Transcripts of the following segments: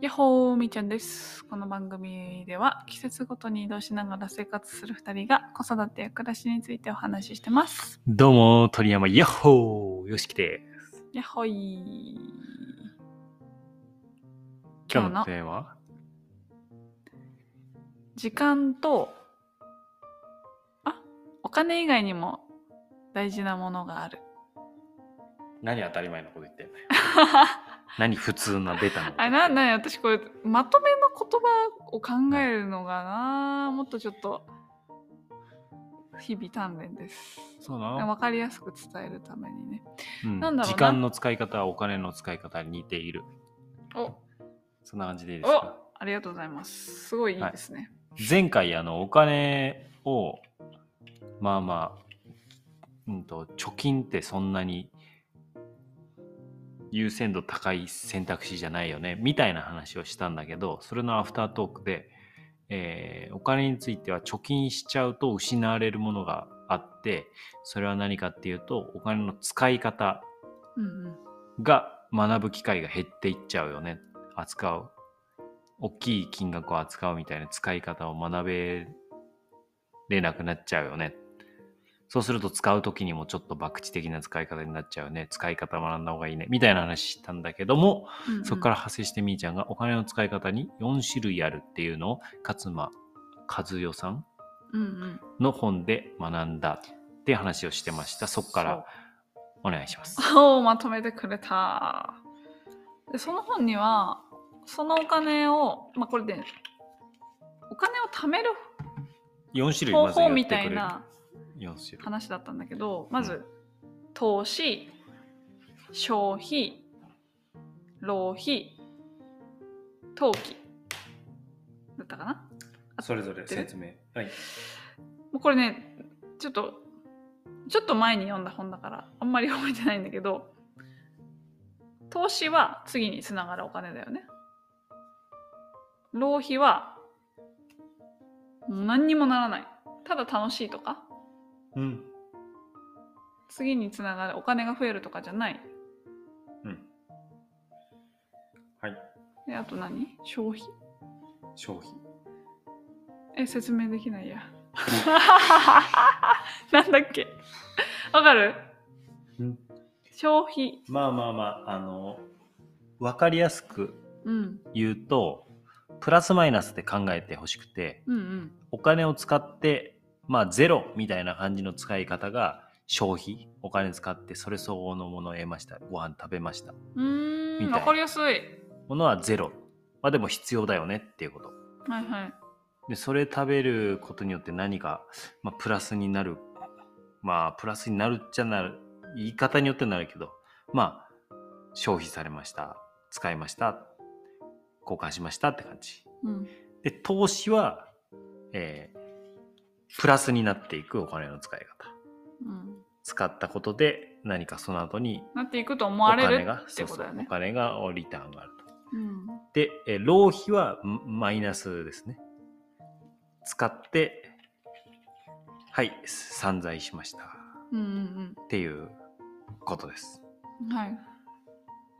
やっほーみーちゃんです。この番組では季節ごとに移動しながら生活する2人が子育てや暮らしについてお話ししてます。どうも、鳥山、ヤッホーよしきて。やっほい今日のテーマは時間と、あ、お金以外にも大事なものがある。 何当たり前のこと言ってんだよ。何普通なベタなことあ、な、なに私これ、まとめの言葉を考えるのがな、もっとちょっと、日々鍛錬です。そうなのわかりやすく伝えるためにね。うんなんだろうな時間の使い方はお金の使い方に似ている。お、そんな感じでいいですおか、ありがとうございます。すごいいいですね。前回、あの、お金を、まあまあ、うんと、貯金ってそんなに優先度高い選択肢じゃないよね、みたいな話をしたんだけど、それのアフタートークで、えーお金については貯金しちゃうと失われるものがあって、それは何かっていうと、お金の使い方うんうん。が学ぶ機会が減っていっちゃうよね扱う大きい金額を扱うみたいな使い方を学べれなくなっちゃうよねそうすると使う時にもちょっと博打的な使い方になっちゃうよね使い方学んだ方がいいねみたいな話したんだけども、うんうんそこから派生してみーちゃんがお金の使い方に4種類あるっていうのを勝間和代さんうんうん。の本で学んだって話をしてましたそこからお願いしますそう。そう まとめてくれた。で、その本には、そのお金を、まあ、これで、お金を貯める4種類方まずや法ってくれるみたいな4種類話だったんだけど、まず、投資、消費、浪費、投機だったかなそれぞれってる説明。はい。もうこれね、ちょっと、ちょっと前に読んだ本だから、あんまり覚えてないんだけど、投資は次につながるお金だよね。浪費は、もう何にもならない。ただ楽しいとか、うん。次につながるお金が増えるとかじゃない。うん。はい。であと何消費消費。え、説明できないや。 なんだっけわかるうん、消費。まあまあまあ、あの、わかりやすくうん。言うと、プラスマイナスで考えてほしくて、うんうん。お金を使って、まあゼロみたいな感じの使い方が消費。お金使ってそれ相応のものを得ました。ご飯食べました。うーみん、たいわかりやすい。はいものはゼロ。まあでも必要だよねっていうこと。はい。でそれ食べることによって何か、まあ、プラスになるまあプラスになるっちゃなる言い方によってなるけどまあ消費されました使いました交換しましたって感じうん。で投資は、えープラスになっていくお金の使い方うん。使ったことで何かその後になっていくと思おわれる金がっそてうこそとだうよおね。金がリターンがあるとうん。で、えー浪費はんマイナスですね。使って、はい、散財しました。っうんうんていうことです。うん。はい。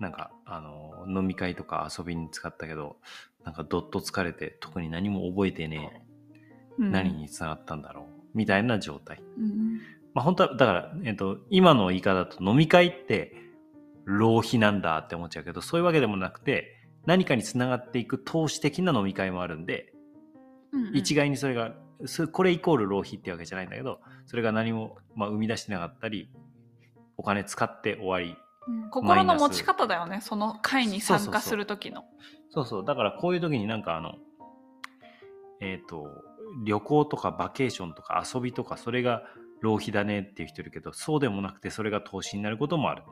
なんか、あの、飲み会とか遊びに使ったけど、なんかどっと疲れて、特に何も覚えてねうえ、ん何につながったんだろう、みたいな状態。うんまあ本当は、だから、えっ、と、今の言い方だと飲み会って浪費なんだって思っちゃうけど、そういうわけでもなくて、何かにつながっていく投資的な飲み会もあるんで、うんうん。一概にそれがそこれイコール浪費ってわけじゃないんだけどそれが何も、まあ、生み出してなかったりお金使って終わりうん心の持ち方だよね、その会に参加する時の。そうそうだからこういう時になんかあのえっ、と旅行とかバケーションとか遊びとかそれが浪費だねっていう人いるけどそうでもなくてそれが投資になることもある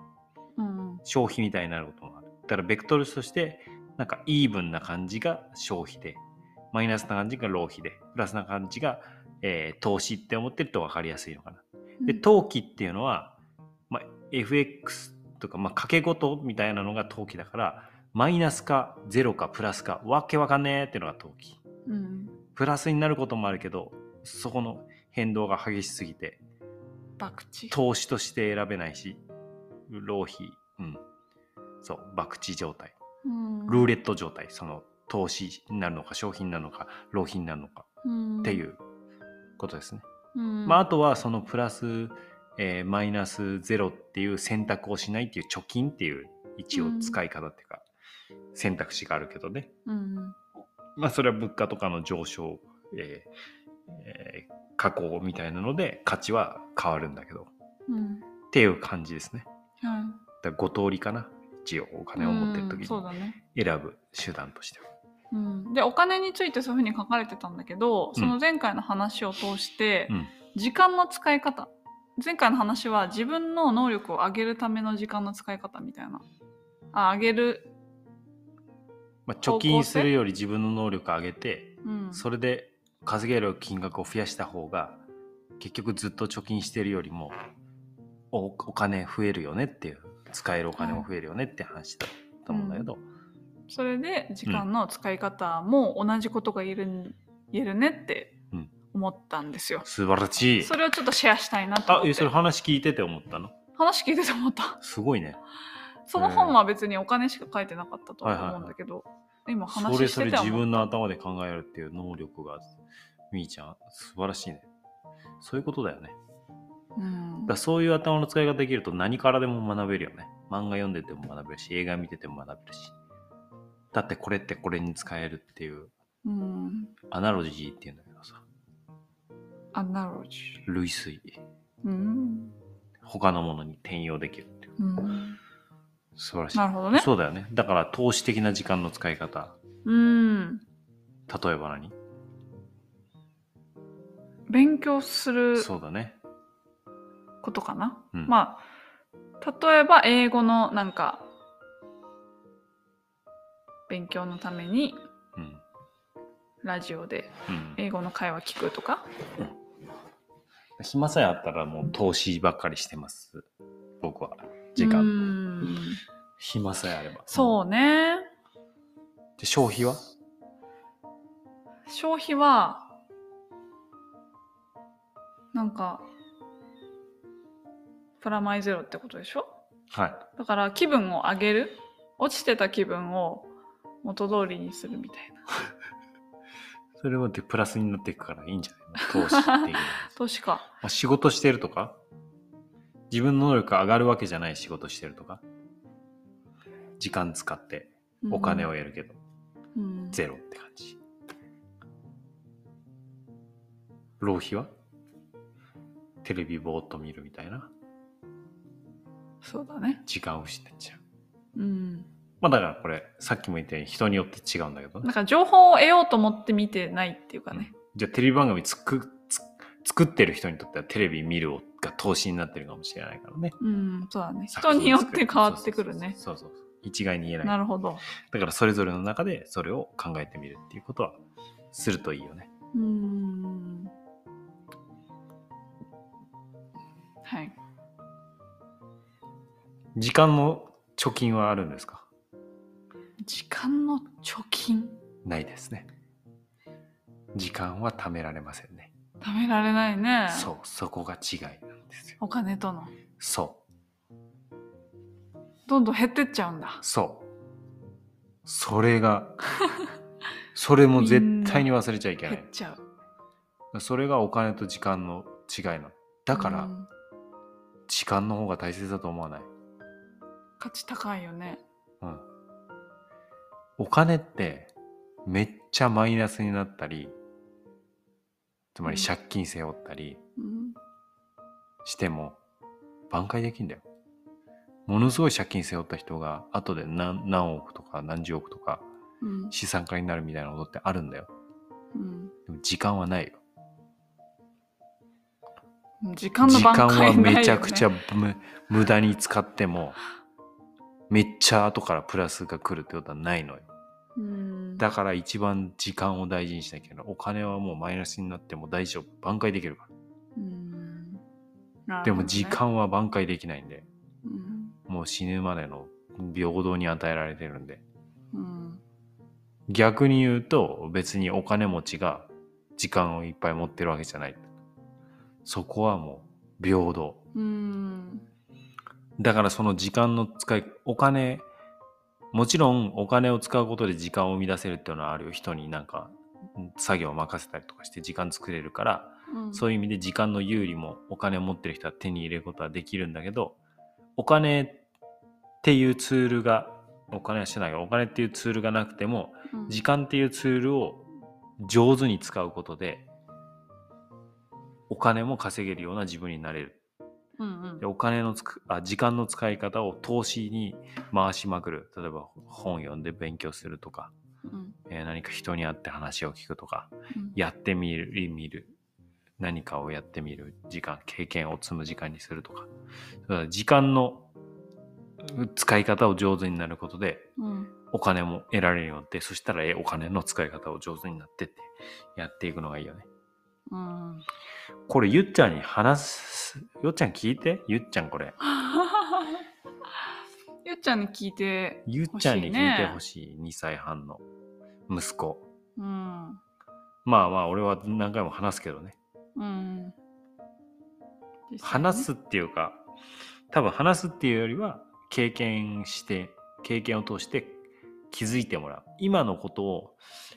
うんうん消費みたいになることもあるだからベクトルとしてなんかイーブンな感じが消費でマイナスな感じが浪費でプラスな感じが、えー投資って思ってると分かりやすいのかなで投機っていうのは、まあ、FX とか、まあ、掛け事みたいなのが投機だからマイナスかゼロかプラスかわけわかんねえっていうのが投機うん。プラスになることもあるけどそこの変動が激しすぎて博打。投資として選べないし浪費うんそう博打状態ううんルーレット状態その投資になるのか商品なのか浪費になるのかうんっていうことですね。うんまあ、あとはそのプラス、えーマイナスゼロっていう選択をしないっていう貯金っていう一応使い方っていうか、選択肢があるけどね、うんまあ、それは物価とかの上昇、えーえー下降みたいなので価値は変わるんだけどうんっていう感じですね。はいだから5通りかな一応お金を持ってる時うんにそうだね選ぶ手段としては。うん、でお金についてそういうふうに書かれてたんだけどその前回の話を通して、うん時間の使い方前回の話は自分の能力を上げるための時間の使い方みたいなあ上げる、まあ、方貯向性金するより自分の能力を上げてうん、それで稼げる金額を増やした方が結局ずっと貯金してるよりもおお金増えるよねっていう使えるお金も増えるよねって話だと思うんだけど、それで時間の使い方も同じことが言える,、言えるねってうん思ったんですよ。素晴らしいそれをちょっとシェアしたいなとあ思えってそれ話聞いてて思ったの話聞いてて思 った。すごいねその本は別にお金しか書いてなかったとはいは思いはういんだけど、今それ話しそれてては自思う分の頭で考えるっていう能力がみーちゃん素晴らしいねそういうことだよねうんだからそういう頭の使い方できると何からでも学べるよね。漫画読んでても学べるし、映画見てても学べるし。だってこれってこれに使えるっていう、うん、アナロジーっていうんだけどさ、アナロジ類推、ー。うん他のものに転用できるっていう。うん、素晴らしい。なるほどね。そうだよね。だから投資的な時間の使い方。うん、例えば何勉強するそうだね。ことかな。うんまあ例えば英語のなんか勉強のためにうん。ラジオでうん。英語の会話聞くとか。暇さえあったらもう投資ばっかりしてます。僕は。時間。うん暇さえあれば。そうね。で、消費は消費は、なんか、プラマイゼロってことでしょはい。だから気分を上げる落ちてた気分を元通りにするみたいな。それはでプラスになっていくからいいんじゃないの投資っていうのは。 投資か。まあ仕事してるとか自分の能力が上がるわけじゃない仕事してるとか時間使ってうんお金を得るけど、うんゼロって感じ。浪費はテレビぼーっと見るみたいなそうだね。時間を失っちゃう。うん。まあだからこれさっきも言ったように人によって違うんだけどねなんか情報を得ようと思って見てないっていうかね。じゃあテレビ番組つくつ作ってる人にとってはテレビ見るが投資になってるかもしれないからね。うん、そうだね。作人に品よを作っるて変わってくるね。そうそうそうそうそう一概に言えないなるほど。だからそれぞれの中でそれを考えてみるっていうことはするといいよねうん。はい。時間の貯金はあるんですか時間の貯金ないですね時間は貯められませんね、貯められないね。そうそこが違いなんですよお金との。そどんどん減ってっちゃうんだう。そうそ れがそれも絶対に忘れちゃいけ減なっいちゃう。それがお金と時間の違いなのだから、うん時間の方が大切だと思わない価値高いよね。うんお金ってめっちゃマイナスになったりつまりうん借金背負ったりうん。しても挽回できんだよものすごい借金背負った人が後で何何億とか何十億とかうん。資産家になるみたいなことってあるんだようんでも時間はないよ時間の時挽間回ないはよ、ね、めちゃくちゃ無無駄に使ってもめっちゃ後からプラスが来るってことはないのようんだから一番時間を大事にしなきゃいけない。お金はもうマイナスになっても大丈夫。挽回できるから。うんなるほどねでも時、間は挽回できないんで、うんもう死ぬまでの平等に与えられてるんで。うん逆に言うと別にお金持ちが時間をいっぱい持ってるわけじゃない。そこはもう平等。うんだからその時間の使い、お金もちろんお金を使うことで時間を生み出せるっていうのはあるよ人になんかうん作業を任せたりとかして時間作れるから、うんそういう意味で時間の有利もお金を持ってる人は手に入れることはできるんだけどお金っていうツールがお金はしてないけどお金っていうツールがなくてもうん時間っていうツールを上手に使うことでお金も稼げるような自分になれるうんうんでお金のつくあ時間の使い方を投資に回しまくる例えば本読んで勉強するとか、うんえー何か人に会って話を聞くとかうんやってみる見る何かをやってみる時間経験を積む時間にするとかだから時間のう使い方を上手になることでうんお金も得られるようになってそしたらえお金の使い方を上手になってってやっていくのがいいよねうんこれゆっちゃんに話すよっちゃん聞いてゆっちゃんこれゆっちゃんに聞いて、ゆっちゃんに聞いてほしい2歳半の息子うん、まあまあ俺は何回も話すけどねうん。ですよね話すっていうか多分話すっていうよりは経験して経験を通して気づいてもらう今のことを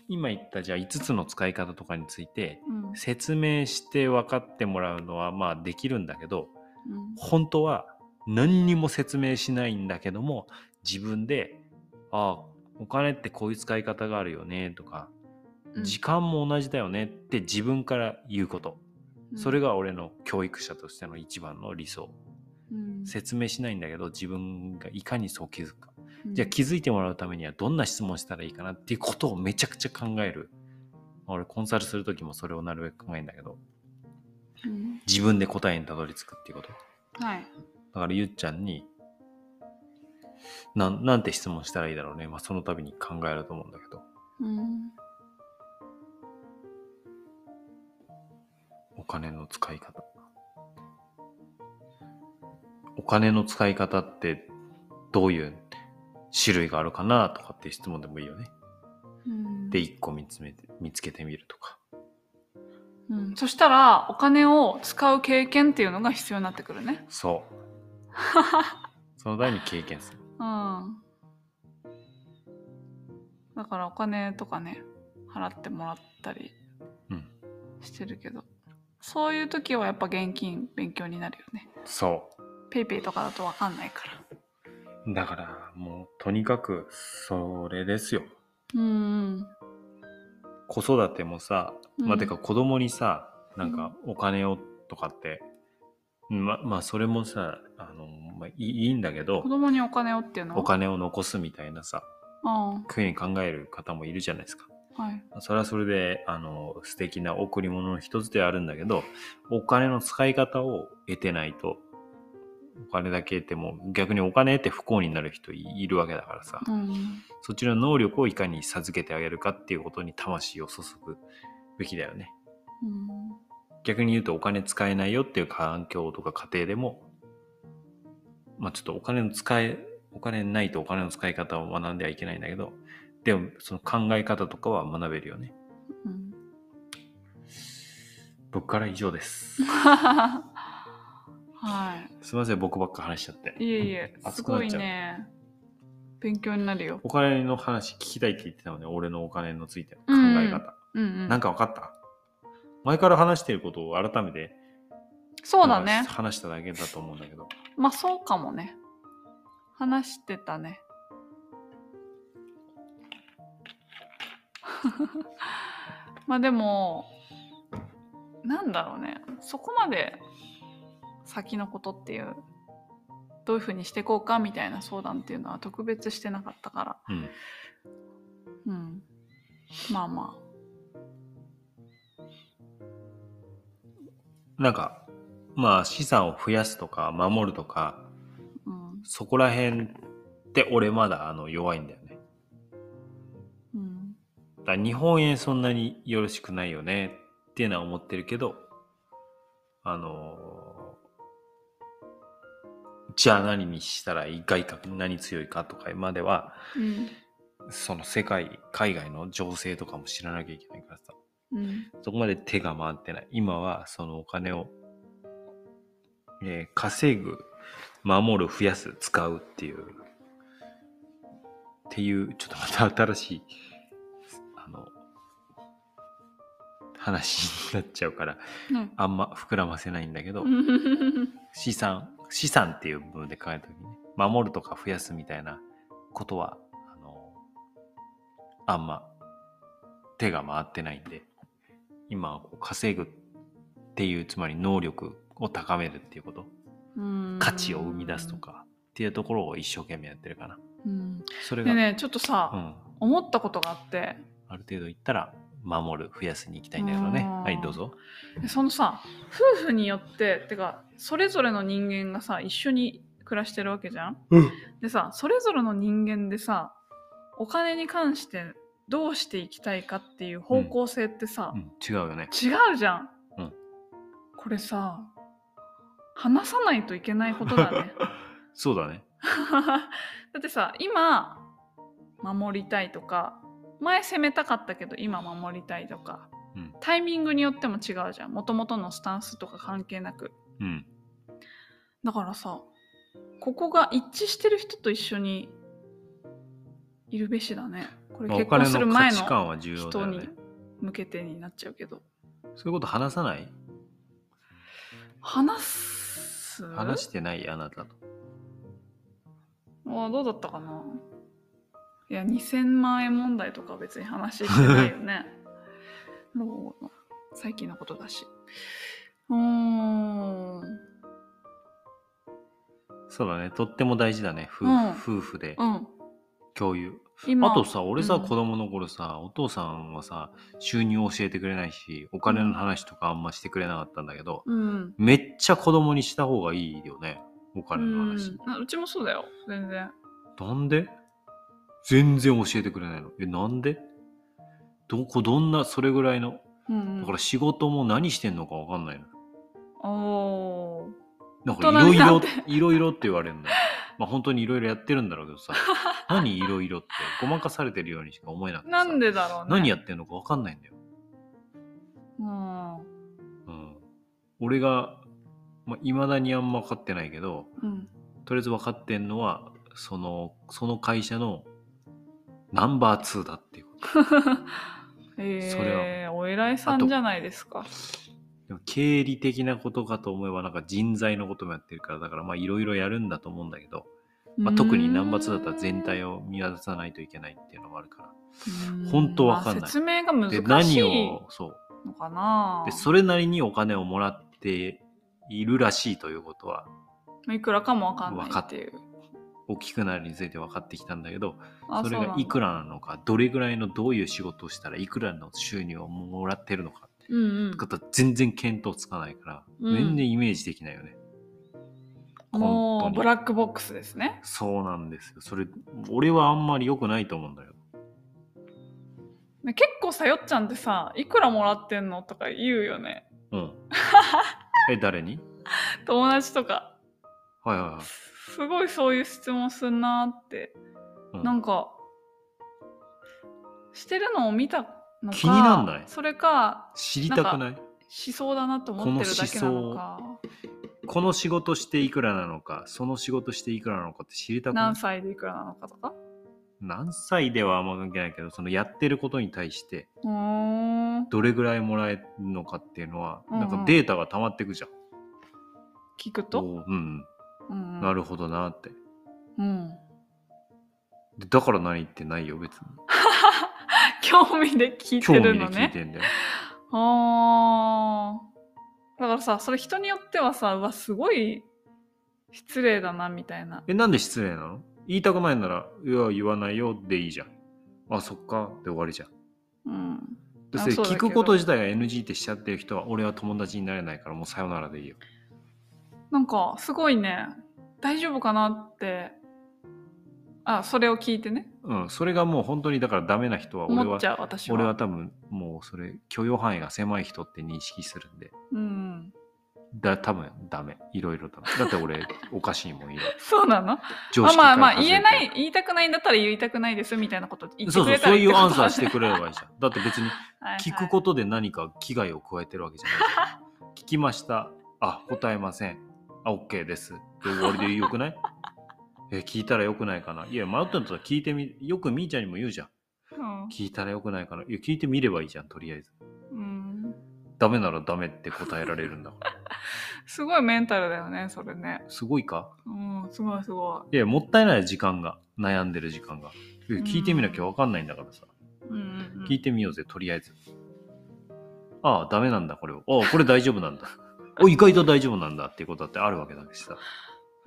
今言ったじゃあ5つの使い方とかについてうん、うん説明して分かってもらうのはまあできるんだけど本当は何にも説明しないんだけども自分で「ああお金ってこういう使い方があるよね」とかう「ん時間も同じだよね」って自分から言うことそれ、が俺の教育者としての一番の理想。うん説明しないんだけど自分がいかにそう気づくか、うんじゃあ気づいてもらうためにはどんな質問したらいいかなっていうことをめちゃくちゃ考える俺コンサルする時もそれをなるべく考えるんだけどうん自分で答えにたどり着くっていうことはい。だからゆっちゃんになんなんて質問したらいいだろうね、まあ、その度に考えると思うんだけどうんお金の使い方お金の使い方ってどういう種類があるかなとかって質問でもいいよねうんで1個見つめて見つけてみるとかうん、そしたらお金を使う経験っていうのが必要になってくるね。そう その代に経験するうん。だからお金とかね払ってもらったりうんしてるけど、そういう時はやっぱ現金勉強になるよね。そペイペイとかだとわかんないから。うだからもうとにかくそれですようん子育てもさ、うんまあてか子供にさなんかお金をとかって、ままあそれもさあの、まあ、いいいいんだけど子供にお金をっていうのお金を残すみたいなさあふうに考える方もいるじゃないですかあはいそれはそれであの素敵な贈り物の一つではあるんだけどお金の使い方を得てないとお金だけ得ても逆にお金得て不幸になる人いるわけだからさ、うんそっちの能力をいかに授けてあげるかっていうことに魂を注ぐべきだよねうん逆に言うとお金使えないよっていう環境とか家庭でもまあちょっとお金の使えお金ないとお金の使い方を学んではいけないんだけどでもその考え方とかは学べるよねうん 僕から以上です。はすみません、僕ばっか話しちゃって。い。いえいえ、す熱くなごっいちゃうね。勉強になるよ。お金の話聞きたいって言ってたので、俺のお金のついての考え方。うんうん。なんか分かった前から話してることを改めてそうだねなんか。話しただけだと思うんだけど。まあそうかもね。話してたね。 まあでも、なんだろうね。そこまで先のことっていう、どういうふうにしていこうかみたいな相談っていうのは特別してなかったから。うん。うん。まあまなんか、まあ資産を増やすとか、守るとか、あ。うん。そこら辺って俺まだあの弱いんだよね。うん。だから日本円そんなによろしくないよねっていうのは思ってるけどあのーじゃあ何にしたらいい外貨何強いかとかまではうん。その世界海外の情勢とかも知らなきゃいけないからさうん。そこまで手が回ってない今はそのお金を、えー稼ぐ守る増やす使うっていうっていう、ちょっとまた新しい、あの、話になっちゃうから、うんあんま膨らませないんだけど、うん資産、資産っていう部分で考えたときに、ね、守るとか増やすみたいなことは、あの、あんま手が回ってないんで、今はこう稼ぐっていう、つまり能力を高めるっていうこと、うん 価値を生み出すとかっていうところを一生懸命やってるかな。うんそれが、でねちょっとうさん、思ったことがあってある程度いったら守る、増やすに行きたいんだけどね。うんはい、どうぞ。そのさ夫婦によっててかそれぞれの人間がさ一緒に暮らしてるわけじゃんうん。でさそれぞれの人間でさお金に関してどうしていきたいかっていう方向性ってさ、違うよね。違うじゃん、うんこれさ話さないといけないことだねそうだね。 だってさ今守りたいとか前攻めたかったけど今守りたいとかうん。タイミングによっても違うじゃんもともとのスタンスとか関係なくうん。だからさここが一致してる人と一緒にいるべしだねこれまあ結お婚金するの前価値の観は重要だ人よにね。向けてになっちゃうけどそういうこと話さない話す話してないあなたと。あどうだったかないや2000万円問題とか別に話してないよ ねもう最近のことだしうーんそうだね。とっても大事だね。夫,、うん夫婦でうん共有。今あとさ、俺さ、うん子供の頃さ、お父さんはさ、収入を教えてくれないし、お金の話とかあんましてくれなかったんだけど、うんめっちゃ子供にした方がいいよね。おう金のん話。あうちもそうだよ全然なんで全然教えてくれないの。え、なんでどこ、どんな、それぐらいの。うんうんだから仕事も何してんのかわかんないの。おーなんかいろ大人にいなっろて、いろいろって言われるんだよ。まあ本当にいろいろやってるんだろうけど さ、何いろいろって、ごまかされてるようにしか思えなくてなさ。んでだろうね何やってんのかわかんないんだよ。うんうん。俺が、まあ、未だにあんま分かってないけど、うんとりあえず分かってんのは、その、その会社のナンバー2だっていうこと。えー、お偉いさんじゃないですか。でも経理的なことかと思えば、なんか人材のこともやってるから、だからまあいろいろやるんだと思うんだけど、まあ、特にナンバー2だったら全体をを見渡さないといけないっていうのもあるから。本当わかんない説明がで難し何いをそうのかなでそれなりにお金をもらっているらしいということはいくらかもわかんないっていう。大きくなるについて分かってきたんだけどあそれうながんだいくらなのかどれぐらいのどういう仕事をしたらいくらの収入をもらってるのかってうんうん。ことは全然見当つかないから、うん全然イメージできないよねもう本当ブにラックボックスですね。そうなんですよそれ俺はあんまり良くないと思うんだよ結構さよっちゃんってさいくらもらってんのとか言うよね。うん え誰に友達とかはいはいはい、すごいそういう質問すんなーってうんなんかしてるのを見たのか気になんないそれか知りたくないしそうだなと思ってるだけなのかこの仕事していくらなのかその仕事していくらなのかって知りたくない何歳でいくらなのかとか何歳ではあんま関係ないけどそのやってることに対してうーんどれぐらいもらえるのかっていうのは、うんうんなんかデータが溜まってくじゃん。聞くと、おーうん、うんうん、なるほどなって。うん、でだから何言ってないよ別に。興味で聞い興て味でるの聞いねてんだよ。あーだからさそれ人によってはさうわすごい失礼だなみたいなえなんで失礼なの言いたくないなら「いや言わないよ」でいいじゃん。あそっかで終わりじゃん。うんであそれそうだけ聞どくこと自体が NG ってしちゃってる人は俺は友達になれないからもうさよならでいいよ。なんかすごいね大丈夫かなってあそれを聞いてねうん、それがもう本当にだからダメな人は俺思はっちゃう私は俺は多分もうそれ許容範囲が狭い人って認識するんでうん、だ多分ダメいろいろダメだって 俺おかしいもんいろいろそうなの常あ識まあからまあ外れて言えない言いたくないんだったら言いたくないですみたいなこと言ってそくうそうれたそうらいうアンサーしててくれればいいじゃんだって別に聞くことで何か危害を加えてるわけじゃない じゃん聞きましたあ答えませんあ OK ですで終わりでよくないえ聞いたらよくないかないや迷ったんだったら聞いてみよくみーちゃんにも言うじゃんうん聞いたらよくないかないや聞いてみればいいじゃんとりあえずうん、ダメならダメって答えられるんだからすごいメンタルだよねそれねすごいかうんすごいすごいやもったいない時間が悩んでる時間がいや聞いてみなきゃ分かんないんだからさ、い、うんうんうん聞いてみようぜとりあえずああダメなんだこれをああこれ大丈夫なんだ お意外と大丈夫なんだっていうことだってあるわけだしさ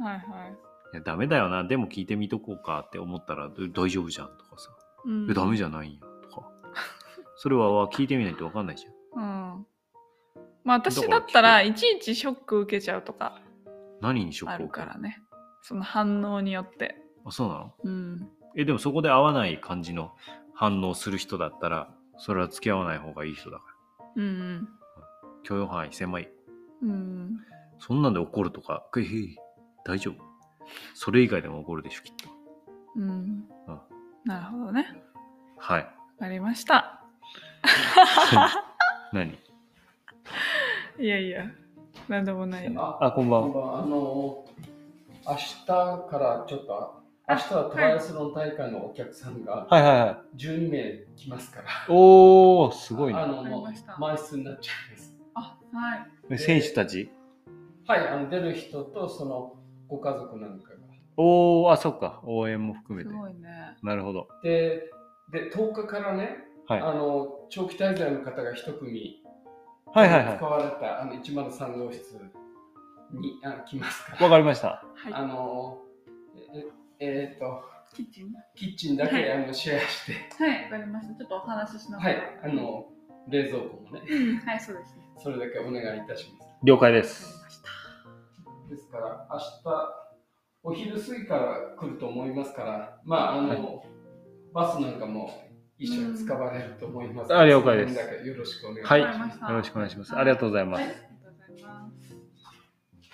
はいはいいやダメだよなでも聞いてみとこうかって思ったらえ大丈夫じゃんとかさ、うんえダメじゃないよとかそれはわ聞いてみないと分かんないじゃうんんまあだから私だったらいちいちショック受けちゃうとか何にショッあクをる受けかるらねその反応によってあそうなのうんえでもそこで合わない感じの反応する人だったらそれは付き合わない方がいい人だかうんら許容範囲狭いうんうんそんなんで怒るとかくいへい大丈夫それ以外でも怒るでしょきっとうんうんなるほどね はいわかりました何いやいやなんでもないよああこんばんはあの明日からちょっと明日はトライアスロン大会のお客さんがはいはいはい12名来ますから、おおすごいあなのもわかりましたう満室になっちゃいますあはい選手たちはいあの出る人とそのご家族なんかがおおあそっか応援も含めすてごいねなるほどでで10日からね、はいあの長期滞在の方が一組はいはいは使われたあの103号室にあの来ますかいわかりましたらあはのええーっといキッチンキッチンだけ、はいあのシェアしてはいわかりましたちょっとお話ししながはいらあの冷蔵庫もねうんはいそうですねそれだけお願いいたしま了解でわかりすましたす。ですから、明日お昼過ぎから来ると思いますから、まあ、あの、バスなんかも一緒に使われると思います。うんあ了解ですその辺だけよろしくお願いします。はいわよかりましたろしくお願いしますありがとうございまはす、いありがとうございます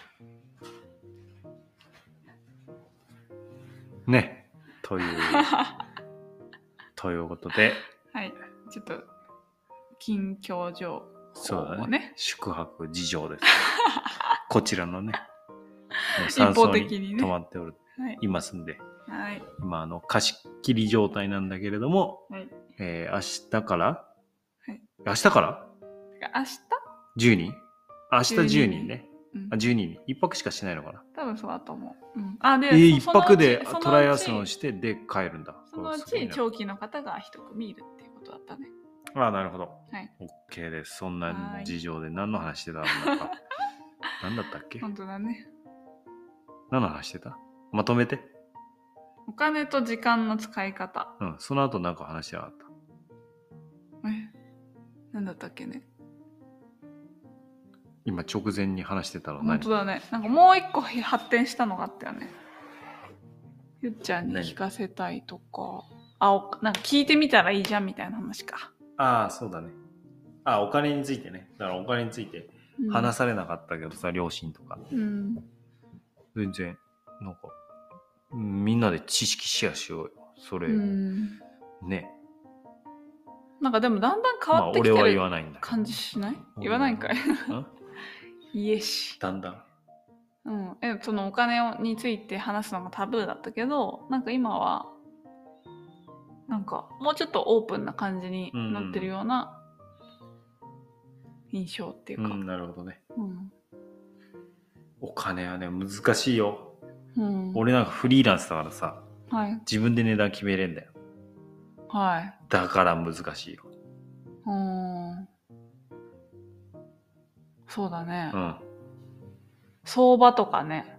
ねと いうということではいちょっと近況情そうだ報をねね宿泊事情 です、ね、こちらのね山一方荘的ににね泊まっておる、はいいますんではい今あの貸し切り状態なんだけれども、はいえー明日から、はい明日からてか明日 ?10 人明日10 10人人ねうんあ10人1泊しかしないのかな多分そうだと思う。うん、あで、えー、1そのうち泊でそのうちトライアスロンしてで帰るんだそのうすごいちな長期の方が一組いるっていうことだったね。ああ、なるほど。はい。 OK です。そんはなーい事情で何の話してた んだか。何だったっけ本当だね。何の話してたまとめて。お金と時間の使い方。うん。その後なんか話しなかった。え、なんだったっけね。今直前に話してたの本何当だね。なんかもう一個発展したのがあったよね。ゆっちゃんに何聞かせたいとか。あ、おなんか聞いてみたらいいじゃんみたいな話か。ああ、そうだね。ああ、お金についてね。だからお金についてうん、話されなかったけどさ、両親とか。うん。全然、なんか、うんみんなで知識シェアしようよ。それうを、ん。ね。なんかでもだんだん変まわあ、ってき俺ては言るわないんだけど。感じしない言わないんかい。うん いえし。だんだん。うん、えそのお金をについて話すのがタブーだったけどなんか今はなんかもうちょっとオープンな感じになってるような印象っていううか、ん、なるほどね。うんお金はね、難しいよ。うん俺なんかフリーランスだからさはい自分で値段決めれんだよはいだから難しいようんそうだね、うん、相場とかね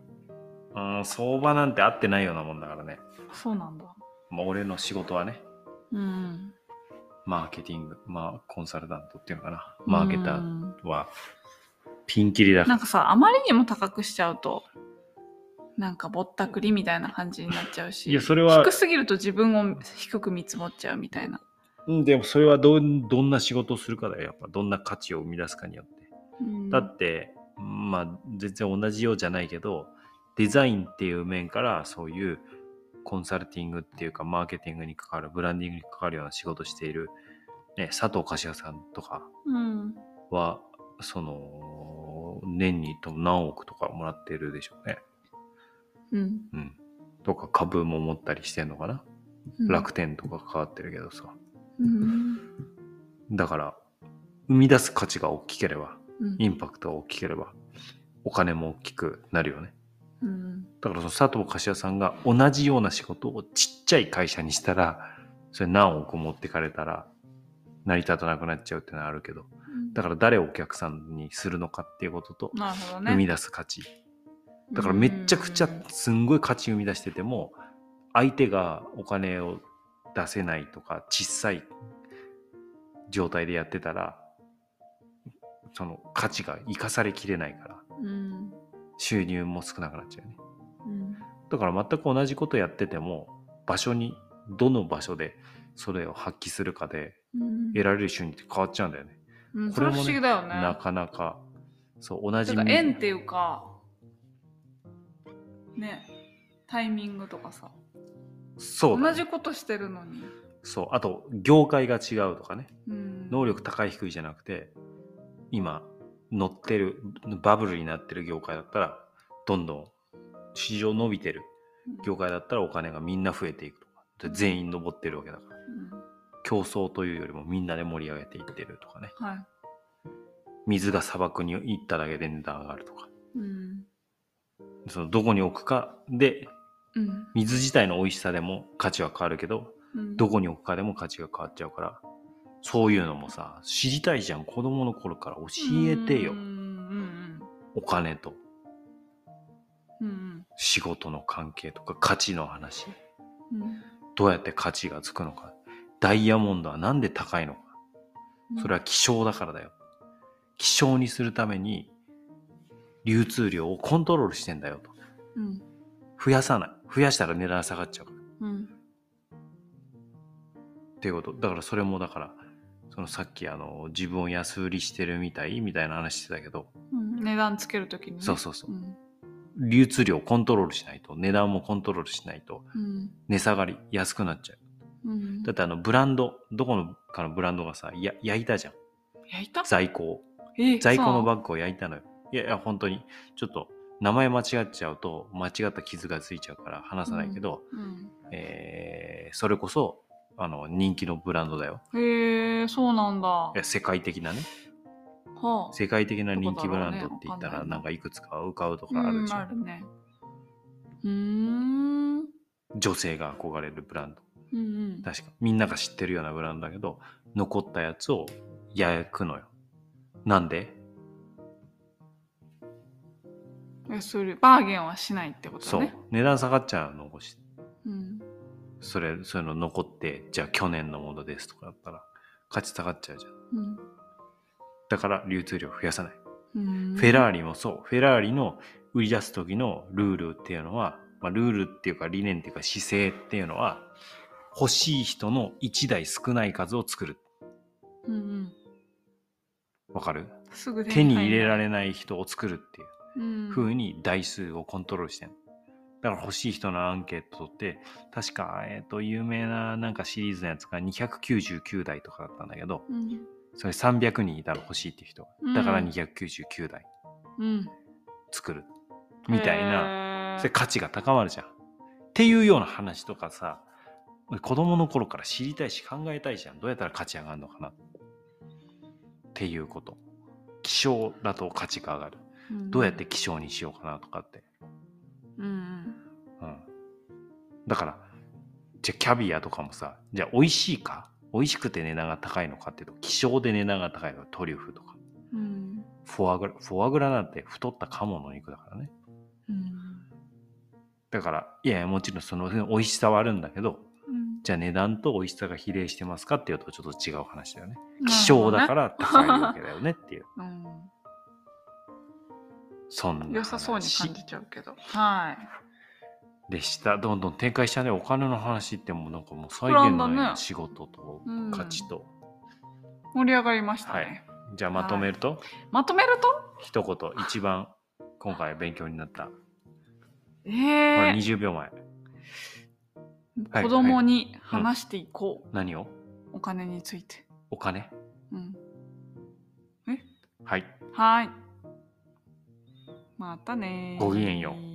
うん、相場なんて合ってないようなもんだからね、そうなんだまあ、俺の仕事はねうんマーケティングまあコンサルタントっていうのかなマーケタうんーはピンキリだかならんかさあまりにも高くしちゃうとなんかぼったくりみたいな感じになっちゃうしいやそれは低、すぎると自分を低く見積もっちゃうみたいな。うん、でもそれはどんどんな仕事をするかだよやっぱどんな価値を生み出すかによってだって、まあ全然同じようじゃないけどデザインっていう面からそういうコンサルティングっていうかマーケティングに関わるブランディングに関わるような仕事している、ね、佐藤柏さんとかうん、はその年にと何億とかもらってるでしょうね。うん、うん、とか株も持ったりしてんのかな、うん楽天とか関わってるけどさうんだから生み出す価値が大きければうんインパクトが大きければお金も大きくなるよねうんだからその佐藤柏さんが同じような仕事をちっちゃい会社にしたらそれ何億持ってかれたら成り立たなくなっちゃうってのはあるけどだから誰をお客さんにするのかっていうこととなるほどね生み出す価値、だからめっちゃくちゃすんごい価値生み出してても相手がお金を出せないとか小さい状態でやってたらその価値が生かされきれないからうん収入も少なくなっちゃうよねうんだから全く同じことやってても場所にどの場所でそれを発揮するかでうん得られる収入って変わっちゃうんだよね、うんこそれれも不ね思議だよねなかなかそう同じなんか縁っていうかねタイミングとかさそうだね同じことしてるのにそうあと業界が違うとかねうん能力高い低いじゃなくて今乗ってるバブルになってる業界だったらどんどん市場伸びてる業界だったらお金がみんな増えていくとかで全員上ってるわけだからうん競争というよりもみんなで盛り上げていってるとかねは水が砂漠に行っただけで値段上がるとかいうんそのどこに置くかでうん水自体の美味しさでも価値は変わるけどうんどこに置くかでも価値が変わっちゃうからそういうのもさ知りたいじゃん子供の頃から教えてようんうんお金とうんうん仕事の関係とか価値の話うんどうやって価値がつくのかダイヤモンドはなんで高いのかうんそれは希少だからだよ希少にするために流通量をコントロールしてんだよとうん増やさない増やしたら値段下がっちゃうからうんっていうことだからそれもだからそのさっきあの自分を安売りしてるみたいみたいな話してたけど、うん値段つけるときにねそうそうそううん流通量をコントロールしないと値段もコントロールしないとうん値下がり安くなっちゃううんだってあのブランドどこのかのブランドがさや焼いたじゃん焼いた在庫をえ在庫のそうバッグを焼いたのよいやいや本当にちょっと名前間違っちゃうと間違った傷がついちゃうから話さないけど、うんえーそれこそあの人気のブランドだよへえそうなんだいや世界的なねはあ世界的な人気ブランドって言どったこだろらうねなんかいくつか浮かぶとかあるうじんゃあん、るねうーんうん女性が憧れるブランドうん確かみんなが知ってるようなブランドだけど残ったやつを焼くのよなんでえそれバーゲンはしないってことそうね値段下がっちゃうのをしうんそれそういうの残ってじゃあ去年のものですとかだったら価値下がっちゃうじゃんうんだから流通量増やさない、うんフェラーリもそうフェラーリの売り出す時のルールっていうのは、まあ、ルールっていうか理念っていうか姿勢っていうのは欲しい人の1台少ない数を作るうんうんわかるすぐ手に入れられれない人を作るっていうる風に台数をコントロールしてんのだから欲しい人のアンケートって確か、えっと有名ななんかシリーズのやつが299台とかだったんだけどうんそれ300人いたら欲しいっていう人うんだから299台うん作るみたいななそれ価値が高まるじゃんっていうような話とかさ俺子供の頃から知りたいし考えたいじゃんどうやったら価値上がるのかなっていうこと希少だと価値が上がるどうやって希少にしようかなとかってうんうん、だからじゃあキャビアとかもさじゃあ美味しいか美味しくて値段が高いのかっていうと希少で値段が高いのはトリュフとかうんうんフォアグラフォアグラなんて太った鴨の肉だからねうんだからいやいやもちろんその美味しさはあるんだけどうんじゃあ値段と美味しさが比例してますかっていうとちょっと違う話だよねなるほどね希少だから高いわけだよねっていう うんそんな良さそうに話感じちゃうけどはいでしたどんどん展開したねお金の話ってもうなんかもう再膨ら現んだのねように仕事とうん価値と、盛り上がりましたねじゃあまとめると、まとめると一言一番今回勉強になった、えこーれ20秒前はい子供に話していこ何をうお金についてお金うんはいはいまたねーごきげんよう